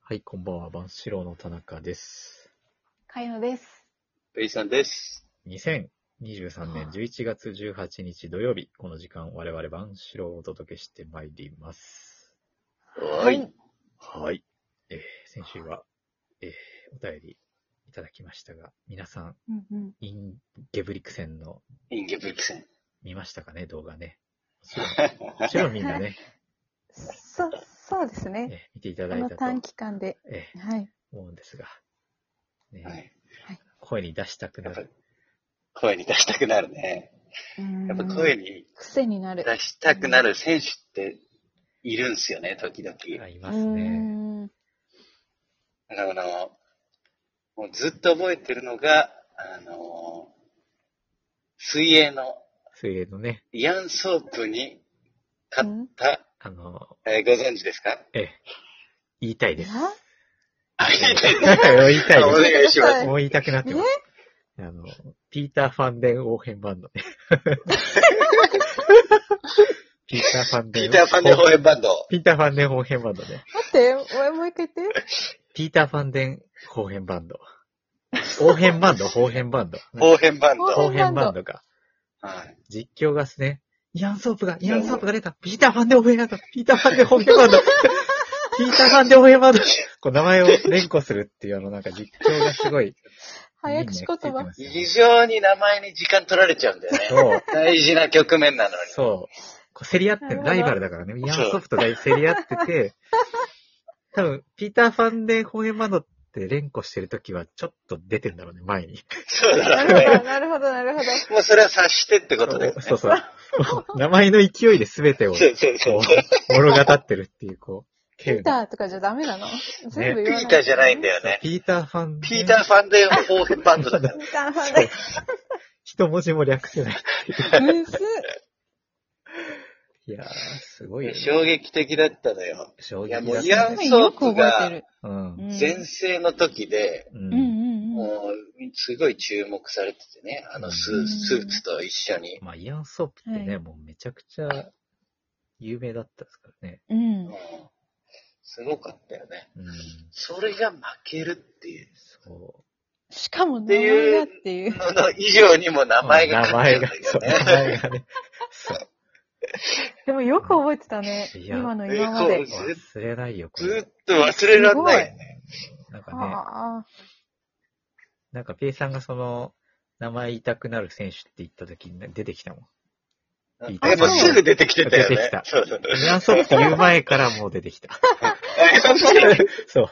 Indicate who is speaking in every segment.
Speaker 1: はい、こんばんは。万志郎の田中です。
Speaker 2: かよです。
Speaker 3: ペイさんです。
Speaker 1: 2023年11月18日土曜日、この時間、我々万志郎をお届けしてまいります。
Speaker 3: は。。
Speaker 1: はい。えー先週は、えーお便りいただきましたが、皆さん、
Speaker 2: うんうん。
Speaker 1: インゲブリクセンの
Speaker 3: インゲブリクセン。
Speaker 1: 見ましたかね、動画ね。もちろん、もちろんみんなね、
Speaker 2: そ、そうですね。
Speaker 1: ね見ていた
Speaker 2: あ
Speaker 1: だい
Speaker 2: の
Speaker 1: たと
Speaker 2: 短期間で。
Speaker 1: え
Speaker 2: はい。
Speaker 1: ー思うんですが、ね
Speaker 3: はい。
Speaker 1: 声に出したくな
Speaker 3: やっぱ
Speaker 1: る。
Speaker 3: 声に出したくなるね。やっぱ声
Speaker 2: に。
Speaker 3: に
Speaker 2: 癖になる。
Speaker 3: 出したくなる選手っているんすよね、時々。
Speaker 1: あり
Speaker 2: う
Speaker 1: ますね。
Speaker 2: ん。
Speaker 3: だからあの、もうずっと覚えてるのが、あの、水泳の
Speaker 1: 水泳のね、
Speaker 3: イアンソープに勝った、
Speaker 1: あの、
Speaker 3: えーご存知ですか
Speaker 1: ええ、言いたいです。
Speaker 2: いや
Speaker 3: あ、
Speaker 1: え
Speaker 3: 言いたい
Speaker 1: え言いた
Speaker 3: お
Speaker 1: いで
Speaker 3: 願いします
Speaker 1: す。
Speaker 2: い
Speaker 1: もう言いたくなってます。あの、ピーター・ファンデン・オーヘンバンドね。 ピーター・ファンデン。
Speaker 3: ピーター・ファンデホーエンバンド。
Speaker 1: ピーター・ファンデン・ホーヘンバンドね。
Speaker 2: 待って、おいもう一回言って。
Speaker 1: ピーター・ファンデン・ホーヘンバンド。オーヘンバ ンド、ホーヘンバンド。
Speaker 3: ホーヘンバンド。
Speaker 1: ホ
Speaker 2: ホ
Speaker 1: ー
Speaker 2: ー
Speaker 1: ヘ
Speaker 2: ヘ
Speaker 1: ン
Speaker 2: ン
Speaker 1: バ
Speaker 2: バ
Speaker 1: ン
Speaker 2: ン
Speaker 1: ドが。
Speaker 3: はい。
Speaker 1: 実況がですね、イアンソープが、イアンソープが出た、ピーター・ファンデ・オーヘンバンド、ピーター・ファンデ・ホーヘンバン ド、ピーター・ファンデ・オーヘンバンド、こう名前を連呼するっていうあのなんか実況がすごい。
Speaker 2: 早口言葉。
Speaker 1: いい
Speaker 3: 非
Speaker 1: ね
Speaker 3: 常に名前に時間取られちゃうんだよね。
Speaker 1: そう。
Speaker 3: 大事な局面なのに。
Speaker 1: そう。こう競り合って
Speaker 2: なる
Speaker 1: る、
Speaker 2: ほど
Speaker 1: ライバルだからね。イアンソフトが競り合って て、多分、ピーター・ファンデン・ホーエンバンドって連呼してるときは、ちょっと出てんだろうね、前に。
Speaker 3: そうだ
Speaker 2: な
Speaker 3: ろうね。
Speaker 2: るほど、なるほど、な るほど。
Speaker 3: もうそれは察してってことだよね。
Speaker 1: そうそう。もう名前の勢いで全てを、こ
Speaker 3: そうそうそう。
Speaker 1: う、物語ってるっていう、こう、
Speaker 2: ピ
Speaker 1: 稀有
Speaker 2: ー
Speaker 1: な
Speaker 2: ターとかじゃダメ なの全部
Speaker 3: ピ
Speaker 2: 言わない。
Speaker 3: ーターじゃないんだよね。
Speaker 1: ピーター・ファンデン。
Speaker 3: ピーター・ファンデー・ホーヘンバンドだから。
Speaker 2: ピーターファンデ。
Speaker 1: 一文字も略せない。
Speaker 2: むずっ
Speaker 1: いやー、すごいよね、
Speaker 3: 衝撃的だったのよ。
Speaker 1: 衝
Speaker 3: いや
Speaker 1: 撃
Speaker 3: もう
Speaker 1: だっ
Speaker 3: イア
Speaker 1: た
Speaker 3: ン
Speaker 1: ね。
Speaker 2: よく覚えてる。
Speaker 1: うん。
Speaker 3: 全盛の時で、
Speaker 1: う。
Speaker 2: うんうんんうん。
Speaker 3: もう、すごい注目されててね。あのス
Speaker 1: う
Speaker 3: ー
Speaker 2: ん
Speaker 3: スーツと一緒に。
Speaker 1: まあ、イアンソープってね、
Speaker 2: はい
Speaker 1: もうめちゃくちゃ有名だったですからね。
Speaker 2: うん
Speaker 3: うん。すごかったよね。
Speaker 1: うん。
Speaker 3: それが負けるっていう
Speaker 1: そう。
Speaker 2: しかも名前がっていう。
Speaker 3: のの以上にも名前
Speaker 1: 名
Speaker 3: が勝っちゃ
Speaker 1: 前
Speaker 3: うん
Speaker 1: が
Speaker 3: だ、
Speaker 1: そう、
Speaker 3: よ
Speaker 1: 名
Speaker 3: ね。
Speaker 1: 前がね。そう。
Speaker 2: でもよく覚えてたね。
Speaker 1: いや
Speaker 2: 今の今まで。
Speaker 1: 忘れないよ、こ
Speaker 3: ず
Speaker 1: れ。
Speaker 3: っと忘れられないよね。
Speaker 1: なんかね、
Speaker 2: ああ。
Speaker 1: なんかペイさんがその、名前言いたくなる選手って言った時に出てきたもん。いい
Speaker 3: やっぱすぐ出てきてたよね。
Speaker 1: 出てきた
Speaker 3: そうそう。
Speaker 1: ニアンソープって言う前からもう出てきた。 そう。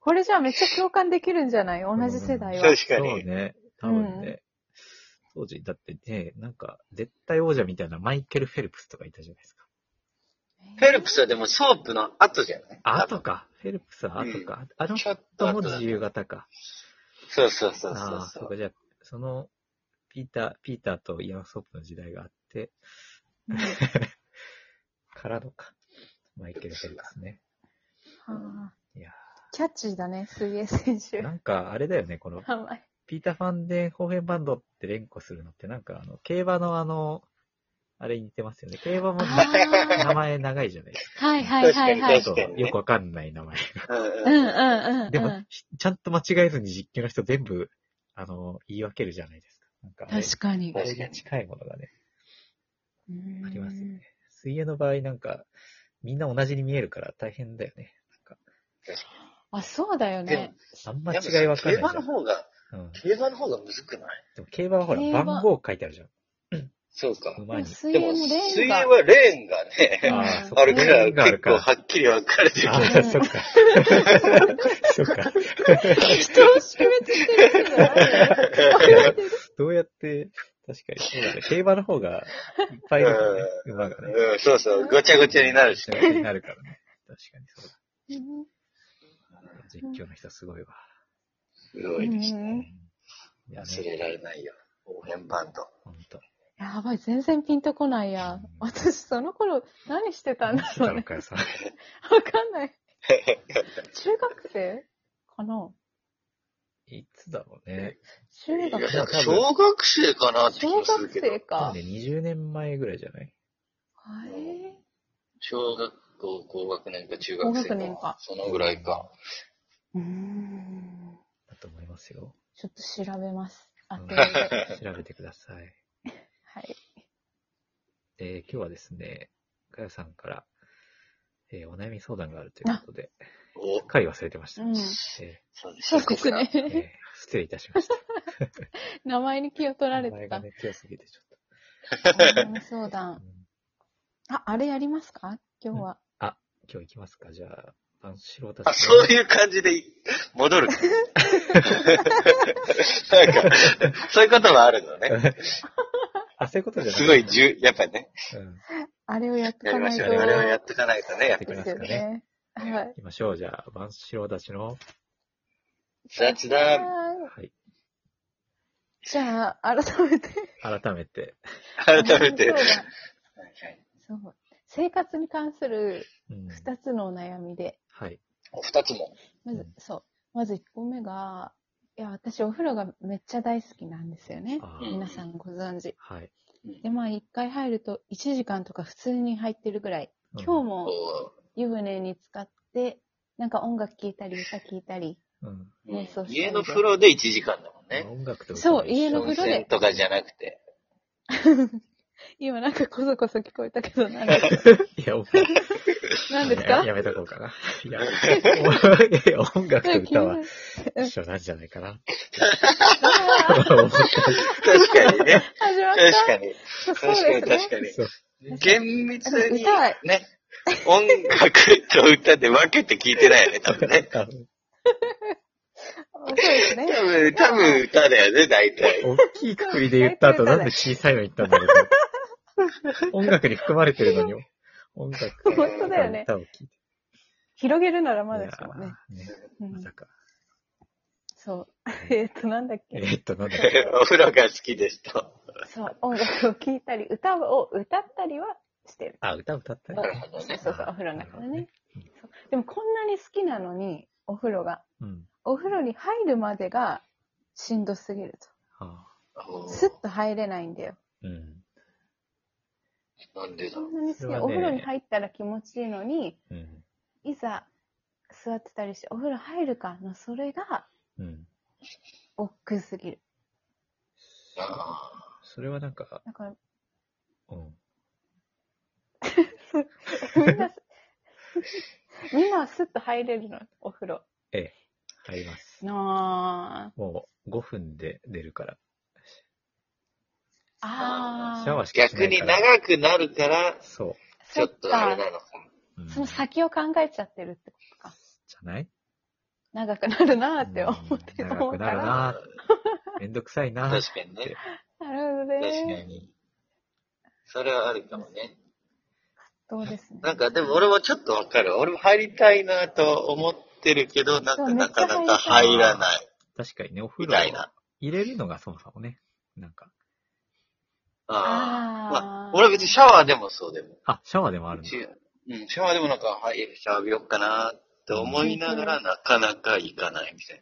Speaker 2: これじゃあめっちゃ共感できるんじゃない同じ世代は。
Speaker 3: 確
Speaker 1: そ
Speaker 3: か
Speaker 1: う
Speaker 3: に。
Speaker 1: ね。多分ね。当時、だってね、なんか、絶対王者みたいなマイケル・フェルプスとかいたじゃないですか。
Speaker 3: フェルプスはでもソープの後じゃない
Speaker 1: あとか。フェルプスはあとか。あの
Speaker 3: ちょっと
Speaker 1: 人も
Speaker 3: 後だ
Speaker 1: 自由形か。
Speaker 3: そうそうそうそ
Speaker 1: ああ、
Speaker 3: うそ
Speaker 1: そう
Speaker 3: う。
Speaker 1: か、じゃあ、その、ピーター、ピーターとイアン・ソープの時代があ って、
Speaker 2: うん
Speaker 1: からのか。マイケル・フェルプスね。
Speaker 2: あ
Speaker 1: いや
Speaker 2: ーキャッチーだね、水泳選
Speaker 1: ー
Speaker 2: 手。
Speaker 1: なんか、あれだよね、この、
Speaker 2: 名前
Speaker 1: ピーター・ファンデン・ホーヘンバンドって連呼するのって、なんか、あの、競馬のあの、あれに似てますよね。競馬も名
Speaker 2: あ
Speaker 1: 前長いじゃないです
Speaker 2: ーはいはいはいは
Speaker 1: か。
Speaker 2: い。
Speaker 1: ちょ
Speaker 3: 確
Speaker 1: っ
Speaker 3: かに
Speaker 1: とよくわかんない名前。
Speaker 3: うんうん
Speaker 2: うんうんうん。
Speaker 1: でも、
Speaker 2: うん
Speaker 1: ちゃんと間違えずに実況の人全部、あの、言い分けるじゃないですか。なんかあれ、
Speaker 2: 確かに。
Speaker 1: あれに近いものがね。ありますよ
Speaker 2: うん
Speaker 1: ね。水泳の場合なんか、みんな同じに見えるから大変だよね。
Speaker 2: あ、そうだよ
Speaker 3: でも
Speaker 2: ね。
Speaker 1: あんま違いわかんない
Speaker 3: 競
Speaker 1: じゃ
Speaker 3: 馬
Speaker 1: ん。
Speaker 3: の方が、
Speaker 1: うん、
Speaker 3: 競馬の方がむずくない
Speaker 1: でも競馬はほら、
Speaker 2: 競馬
Speaker 1: 番号書いてあるじゃ
Speaker 3: そうか
Speaker 1: ん。。馬
Speaker 2: でも
Speaker 1: に。
Speaker 2: 水
Speaker 3: で
Speaker 2: 泳
Speaker 3: も、
Speaker 2: も
Speaker 3: 水
Speaker 2: レーン
Speaker 3: 泳
Speaker 2: が。
Speaker 3: はレーンがね、
Speaker 1: あーそっ
Speaker 3: あるから、
Speaker 1: レーンがある
Speaker 3: 結
Speaker 1: から
Speaker 3: 構はっきり分かれてる。
Speaker 1: あ
Speaker 2: う
Speaker 1: あ、
Speaker 2: ん
Speaker 1: そっか。 そっか。
Speaker 2: 人を識別してるんじゃないの
Speaker 1: どうやって、確かにそうだね。競馬の方がいっぱいいるからね。馬がね。
Speaker 3: うん、そうそう、ごちゃごちゃになるしね。
Speaker 1: 幸せになるからね。確かにそうだ。実況の人すごいわ。
Speaker 3: すご
Speaker 2: う
Speaker 3: いです。
Speaker 1: うん
Speaker 2: ん
Speaker 1: いや
Speaker 3: 忘
Speaker 1: ね、
Speaker 3: れられないよ。応援バンド。
Speaker 1: ほんと。
Speaker 2: やばい、全然ピンとこないや。私、その頃、何してたんだ
Speaker 1: 何してた
Speaker 2: ろう
Speaker 1: の
Speaker 2: ね。
Speaker 1: かよさ。
Speaker 2: わかんない。中学生かない
Speaker 1: つだろうね。
Speaker 2: 中学
Speaker 3: いや小学生かなって気
Speaker 2: 小
Speaker 3: もする
Speaker 2: 学
Speaker 3: けど
Speaker 2: 生。か。
Speaker 1: で20年前ぐらいじゃない
Speaker 2: へえ
Speaker 3: 小学高高学年か中学
Speaker 2: 高
Speaker 3: 生
Speaker 2: 学年か
Speaker 3: か。そのぐらいか。
Speaker 2: うーん。
Speaker 1: だと思いますよ。
Speaker 2: ちょっと調べます。あ
Speaker 1: うん
Speaker 2: とで。は
Speaker 1: 調べてください。
Speaker 2: い。
Speaker 1: で、今日はですね、かやさんから、えーお悩み相談があるということで、
Speaker 3: お
Speaker 1: すっ、かり忘れてました。
Speaker 2: うん。
Speaker 1: え
Speaker 3: そうで
Speaker 2: そうです
Speaker 1: ー
Speaker 2: ね。
Speaker 1: えー失礼いたしま した。
Speaker 2: 名前に気を取られて
Speaker 1: 名前
Speaker 2: た
Speaker 1: が。ね、強すぎてちょっ
Speaker 2: 悩み相
Speaker 1: と。う
Speaker 2: 談。
Speaker 1: ん
Speaker 2: あ、あれやりますか今日は。
Speaker 1: 今日行きますかじゃあ、万四郎たち。
Speaker 3: あ、そういう感じでい戻る。なんか、そういうこともあるのね。
Speaker 1: あ、そういうことじゃない
Speaker 3: すごい、じゅやっぱね、
Speaker 1: うん。
Speaker 2: あれをやっと
Speaker 3: や
Speaker 2: か
Speaker 3: りま
Speaker 2: ない
Speaker 3: し
Speaker 2: と。
Speaker 3: ょうね。あれはやっとかないとね、やっぱ
Speaker 1: て
Speaker 3: り
Speaker 1: き
Speaker 2: で
Speaker 1: ますす
Speaker 2: よ
Speaker 1: かね
Speaker 2: ね。はい
Speaker 1: 行。きましょう。じゃあ、万四郎たちの、
Speaker 3: 雑談。
Speaker 2: はーい
Speaker 1: はい、
Speaker 2: じゃあ、改めて。
Speaker 1: 改めて、
Speaker 3: 改 めて。
Speaker 2: 悩み相談
Speaker 3: はい
Speaker 2: そう。生活に関する
Speaker 1: うん、
Speaker 2: 二つのお悩みで。
Speaker 1: はい。
Speaker 3: お二つも。
Speaker 2: ま
Speaker 1: う
Speaker 2: ず
Speaker 1: ん、
Speaker 2: そう。まず1個目が、いや、私お風呂がめっちゃ大好きなんですよね。
Speaker 1: あ
Speaker 3: うん
Speaker 1: ー
Speaker 2: 皆さんご存知。
Speaker 1: はい。
Speaker 2: で、まあ一回入ると1時間とか普通に入ってるぐらい。
Speaker 1: うん
Speaker 2: 今日
Speaker 3: お
Speaker 2: も
Speaker 3: ー
Speaker 2: 湯船に浸かって、なんか音楽聴いたり、歌聴いたり。
Speaker 1: うん。
Speaker 3: うん
Speaker 2: ねそうそう
Speaker 3: 家の風呂で1時間だもん
Speaker 1: まあ
Speaker 3: ね。
Speaker 1: 音楽と歌
Speaker 2: そ
Speaker 1: も
Speaker 2: う
Speaker 1: 一緒
Speaker 2: 家の
Speaker 3: 温
Speaker 2: 風呂
Speaker 3: 泉
Speaker 2: で
Speaker 3: とかじゃなくて。
Speaker 2: 今なんかこそこそ聞こえたけ ど、なんで
Speaker 1: いや、もう
Speaker 2: なんです
Speaker 1: や
Speaker 2: か
Speaker 1: やめとこうかな。いや、いや音楽と歌は
Speaker 2: うん
Speaker 1: 一緒なんじゃないか な。
Speaker 2: あー
Speaker 3: 確かにね。
Speaker 2: 始まっ
Speaker 3: 確
Speaker 2: た
Speaker 3: かに。
Speaker 2: そう
Speaker 3: 確かに
Speaker 2: ですね
Speaker 3: 確。かに。
Speaker 1: そう
Speaker 3: 厳密に
Speaker 2: 歌は、
Speaker 3: ね、音楽と歌で分けて聞いてないよね、多分ね。
Speaker 1: あ
Speaker 2: そうです
Speaker 3: 多
Speaker 2: ね。
Speaker 3: 分、多分歌だよね、大体。
Speaker 1: 大きいくくりで言った後、なんで小さいの言ったんだろう。音楽に含まれてるのに、音楽と
Speaker 2: 本当だよね。
Speaker 1: 歌を聴いて。
Speaker 2: 広げるならま
Speaker 1: い
Speaker 2: だ
Speaker 1: や
Speaker 2: しもね。
Speaker 1: ーね
Speaker 2: う
Speaker 1: ま
Speaker 2: ん
Speaker 1: さか。
Speaker 2: そう。 えっと、なんだっ
Speaker 1: え
Speaker 2: け。
Speaker 1: ーっと、なんだっけ。
Speaker 3: お風呂が好きですと。
Speaker 2: そう、音楽を聴いたり、歌を歌ったりはしてる。
Speaker 1: あ、歌歌った
Speaker 2: な
Speaker 3: るほどね
Speaker 2: そうそう、お風呂の中でね。
Speaker 1: なる
Speaker 2: そうでもこんなに好きなのに、お風呂が。
Speaker 1: ほどね。うん。
Speaker 2: お風呂に入るまでがしんどすぎる
Speaker 1: はあ
Speaker 2: と。スッと入れないんだよ。
Speaker 1: うん。
Speaker 3: なんでだ
Speaker 2: そ
Speaker 3: ろ
Speaker 2: んなに好き
Speaker 1: それはね
Speaker 2: な。お風呂に入ったら気持ちいいのに、
Speaker 1: うん。
Speaker 2: いざ座ってたりして、お風呂入るかの、それが
Speaker 1: うん。
Speaker 2: 億劫すぎる。
Speaker 3: うな。
Speaker 1: それはなんか、
Speaker 2: だから、
Speaker 1: うん。
Speaker 2: みんな、みんなはスッと入れるの、お風呂。
Speaker 1: ええ、入ります。
Speaker 2: な
Speaker 1: もう5分で出るから。
Speaker 2: あ。ああ。
Speaker 1: シャワーしかしな
Speaker 3: 逆
Speaker 1: い
Speaker 3: に
Speaker 1: から。
Speaker 3: 長くなるから、
Speaker 1: そ
Speaker 3: ち
Speaker 2: そ
Speaker 3: ょ
Speaker 2: っ
Speaker 3: っとあれ
Speaker 2: か。
Speaker 3: なのか
Speaker 1: う。うん
Speaker 2: その先を考えちゃってるってことか。
Speaker 1: じゃない
Speaker 2: 長くなるなーって思って、
Speaker 1: うん
Speaker 2: 思うか
Speaker 1: 長く
Speaker 2: ら。
Speaker 1: な
Speaker 3: な
Speaker 1: る。めんどくさいな。
Speaker 3: 確かにね。
Speaker 2: なるほど
Speaker 3: 確か
Speaker 2: ね。
Speaker 3: に。それはあるかもね。
Speaker 2: そうですね。
Speaker 3: なんかでも俺もちょっとわかるわ。俺も入りたいなと思ってるけど、なん
Speaker 2: そ
Speaker 3: か
Speaker 2: うめっ
Speaker 3: な
Speaker 2: ち
Speaker 3: か
Speaker 2: ゃ
Speaker 3: な
Speaker 2: 入
Speaker 3: か入
Speaker 1: りたい
Speaker 3: らない
Speaker 1: 確かにね、お風
Speaker 3: み
Speaker 1: 呂
Speaker 3: たいな。
Speaker 1: 入れるのがそもそもね。なんか。
Speaker 3: ああ。ま
Speaker 2: あ
Speaker 3: あ
Speaker 2: あ。、
Speaker 3: 俺別にシャワーでもそうでも。
Speaker 1: あ、シャワーでもあるんだ。
Speaker 3: ちうん、シャワーでもなんか、はい、シャワー浴びよっかなって思いながら、なかなか行かないみたい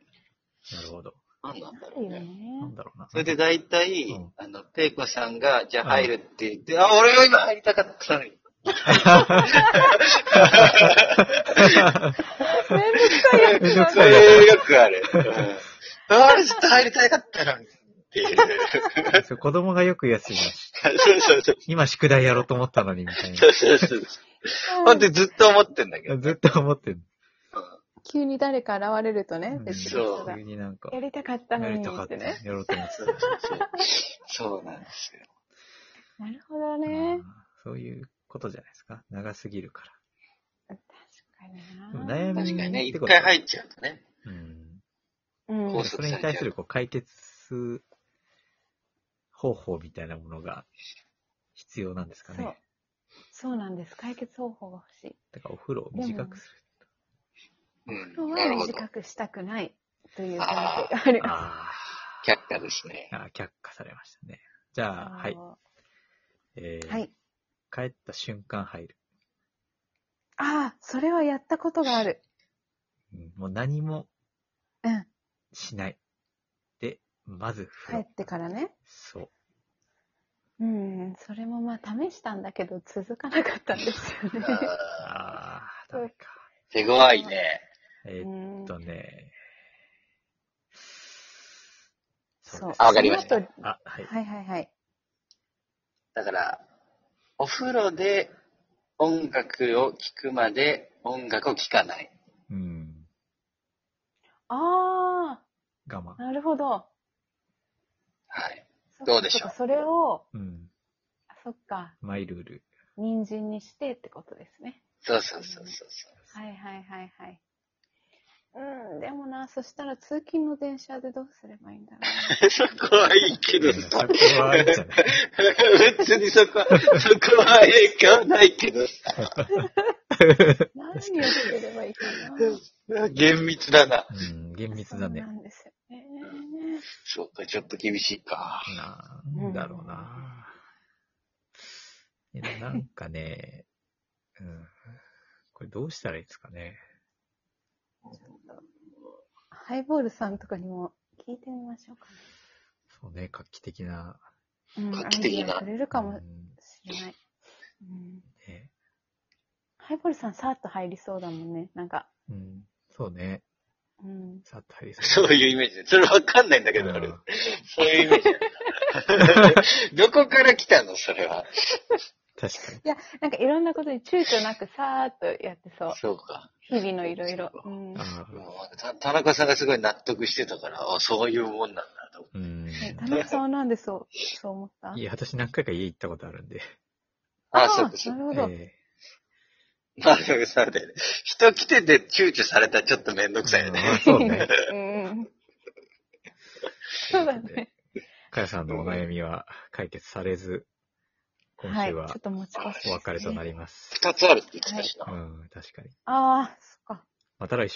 Speaker 1: なるほど。
Speaker 3: な。なんなんだろ
Speaker 2: そううよ
Speaker 3: ね。
Speaker 1: なん
Speaker 2: ね。
Speaker 1: だろうな。
Speaker 3: それで大体、
Speaker 1: うん
Speaker 3: あの、ペイコさんが、じゃあ
Speaker 1: うん
Speaker 3: 入るって言って、あ、俺は今入りたかったのに。
Speaker 2: めんどくさいや
Speaker 1: めん
Speaker 2: つ
Speaker 1: ど
Speaker 2: だ
Speaker 1: くそ
Speaker 2: な
Speaker 3: そうれよくある。うん、あれ、ちょっと入りたかったのに。っていう。
Speaker 1: そう子供がよく言うやつに、
Speaker 3: そうそうそう。
Speaker 1: 今宿題やろうと思ったのに、みたいな。
Speaker 3: そうそうそう。ほんでずっと思ってんだけど。
Speaker 1: ずっと思ってる。
Speaker 2: 急に誰か現れるとね、
Speaker 1: うん
Speaker 2: 別の人が
Speaker 1: 急になんか
Speaker 2: や、りたかったの
Speaker 1: やり
Speaker 2: に
Speaker 1: たかっ
Speaker 2: ったてね。。
Speaker 1: やろうと思って
Speaker 3: そうそうそう。そうなんですよ。
Speaker 2: なるほど
Speaker 1: た。
Speaker 2: ね。
Speaker 1: あーそういうことじゃないですか。長すぎるか
Speaker 2: 確か
Speaker 1: でも
Speaker 2: にな。
Speaker 1: 悩み
Speaker 3: 確かにね、
Speaker 1: って
Speaker 3: 一
Speaker 1: ことは
Speaker 3: 回入っちゃうとね。
Speaker 1: ら。うん。
Speaker 2: うん
Speaker 3: こう
Speaker 1: それに対するこう解決方法みたいなものが必要なんですか
Speaker 2: そう
Speaker 1: ね。。
Speaker 2: そうなんです。解決方法が欲しい。
Speaker 1: だからお風呂を短くす
Speaker 3: うん
Speaker 2: 今。
Speaker 3: なる
Speaker 2: 日は
Speaker 3: ほど。
Speaker 2: 短くしたくないという関係があり
Speaker 1: る。
Speaker 2: ます。
Speaker 1: あ
Speaker 3: 却下です ね。
Speaker 1: ーあー、却下されましたね。じゃあ、はい。えー
Speaker 2: はい。
Speaker 1: 帰った瞬間入る。
Speaker 2: ああ、それはやったことがある。
Speaker 1: うんもう何も
Speaker 2: うん。
Speaker 1: しない。で、まず風
Speaker 2: 帰
Speaker 1: 呂。
Speaker 2: ってからね。
Speaker 1: そう。
Speaker 2: うん。それもまあ試したんだけど、続かなかったんですよね。
Speaker 3: あー
Speaker 1: ダメか。
Speaker 3: 手強いね。
Speaker 1: え
Speaker 2: う
Speaker 1: ーっ
Speaker 2: ん
Speaker 1: とね。
Speaker 2: そう。
Speaker 1: です
Speaker 3: あわかりました
Speaker 2: その後
Speaker 1: あ、はい。
Speaker 2: はいはいはい。
Speaker 3: だから、お風呂で音楽を聴くまで音楽を聴かない。
Speaker 1: うん。
Speaker 2: あ
Speaker 1: 我慢
Speaker 2: あ、。なるほど。
Speaker 3: はい。
Speaker 2: そっか
Speaker 3: どうでしょう
Speaker 2: そっかそれを、
Speaker 1: うん。
Speaker 2: あそっか、
Speaker 1: マイルール。
Speaker 2: 人参にしてってことですね。
Speaker 3: そうそうそうそうそう。
Speaker 2: はいはいはいはい。うん、でもな、そしたら通勤の電車でどうすればいいんだろ
Speaker 3: そこはいいけど
Speaker 1: そ
Speaker 3: さ
Speaker 1: こ、はあれじゃない。
Speaker 3: 別にそこは、そこは影響ないけどさ、
Speaker 2: うな。何をしてればいいかな。
Speaker 3: 厳密だな。
Speaker 1: うん、厳密だね
Speaker 2: そう。なんですよね。
Speaker 3: そうか、ちょっと厳しいか。
Speaker 1: なんだろうな。えなんかね、うん。これどうしたらいいですかね。
Speaker 2: ハイボールさんとかにも聞いてみましょうか
Speaker 1: そうね、画期的な。
Speaker 2: ね。うん、
Speaker 3: 画期
Speaker 2: ア
Speaker 3: 的な
Speaker 2: イデアくれるか
Speaker 1: う
Speaker 2: も
Speaker 1: ん
Speaker 2: しれない。うん、
Speaker 1: ね
Speaker 2: ハイボールさん、さーっと入りそうだもんね。なんか、
Speaker 1: うん、そうね。
Speaker 2: うん。
Speaker 1: さっと入り
Speaker 3: そういうイメージで。それわかんないんだけど、俺。
Speaker 1: うん
Speaker 3: そういうイメー ジ。どこから来たのそれは。
Speaker 1: 確かに。
Speaker 2: なんかいろんなことに躊躇なくさーっとやってそう。
Speaker 3: そうか。
Speaker 2: 日々のいろいろ。うん。
Speaker 1: あ
Speaker 3: も
Speaker 1: ー
Speaker 3: うた田中さんがすごい納得してたから、あそういうもんなんだと思
Speaker 1: うん。
Speaker 2: ね田中さんはなんでそう、そう思った
Speaker 1: いや、私何回か家行ったことあるんで。
Speaker 3: あ
Speaker 2: あ
Speaker 3: あ、そうか、そ
Speaker 2: な
Speaker 3: う
Speaker 2: る
Speaker 3: か。
Speaker 2: ほど。
Speaker 1: え
Speaker 3: まあ、でもそうだよね。人来てて躊躇されたらちょっとめんど
Speaker 1: え
Speaker 3: くさいよね。
Speaker 1: うんそう ね。
Speaker 2: うん。そうだね。
Speaker 1: かやさんのお悩みは解決されず、今
Speaker 2: はい。
Speaker 1: 週
Speaker 2: ちょ
Speaker 1: は
Speaker 2: っと持ち越しです
Speaker 1: お
Speaker 2: ね。
Speaker 1: 別れとなります。
Speaker 3: 二つあるって言ってたしな。
Speaker 1: うん、確かに。
Speaker 2: ああ、そっか。
Speaker 1: また来週。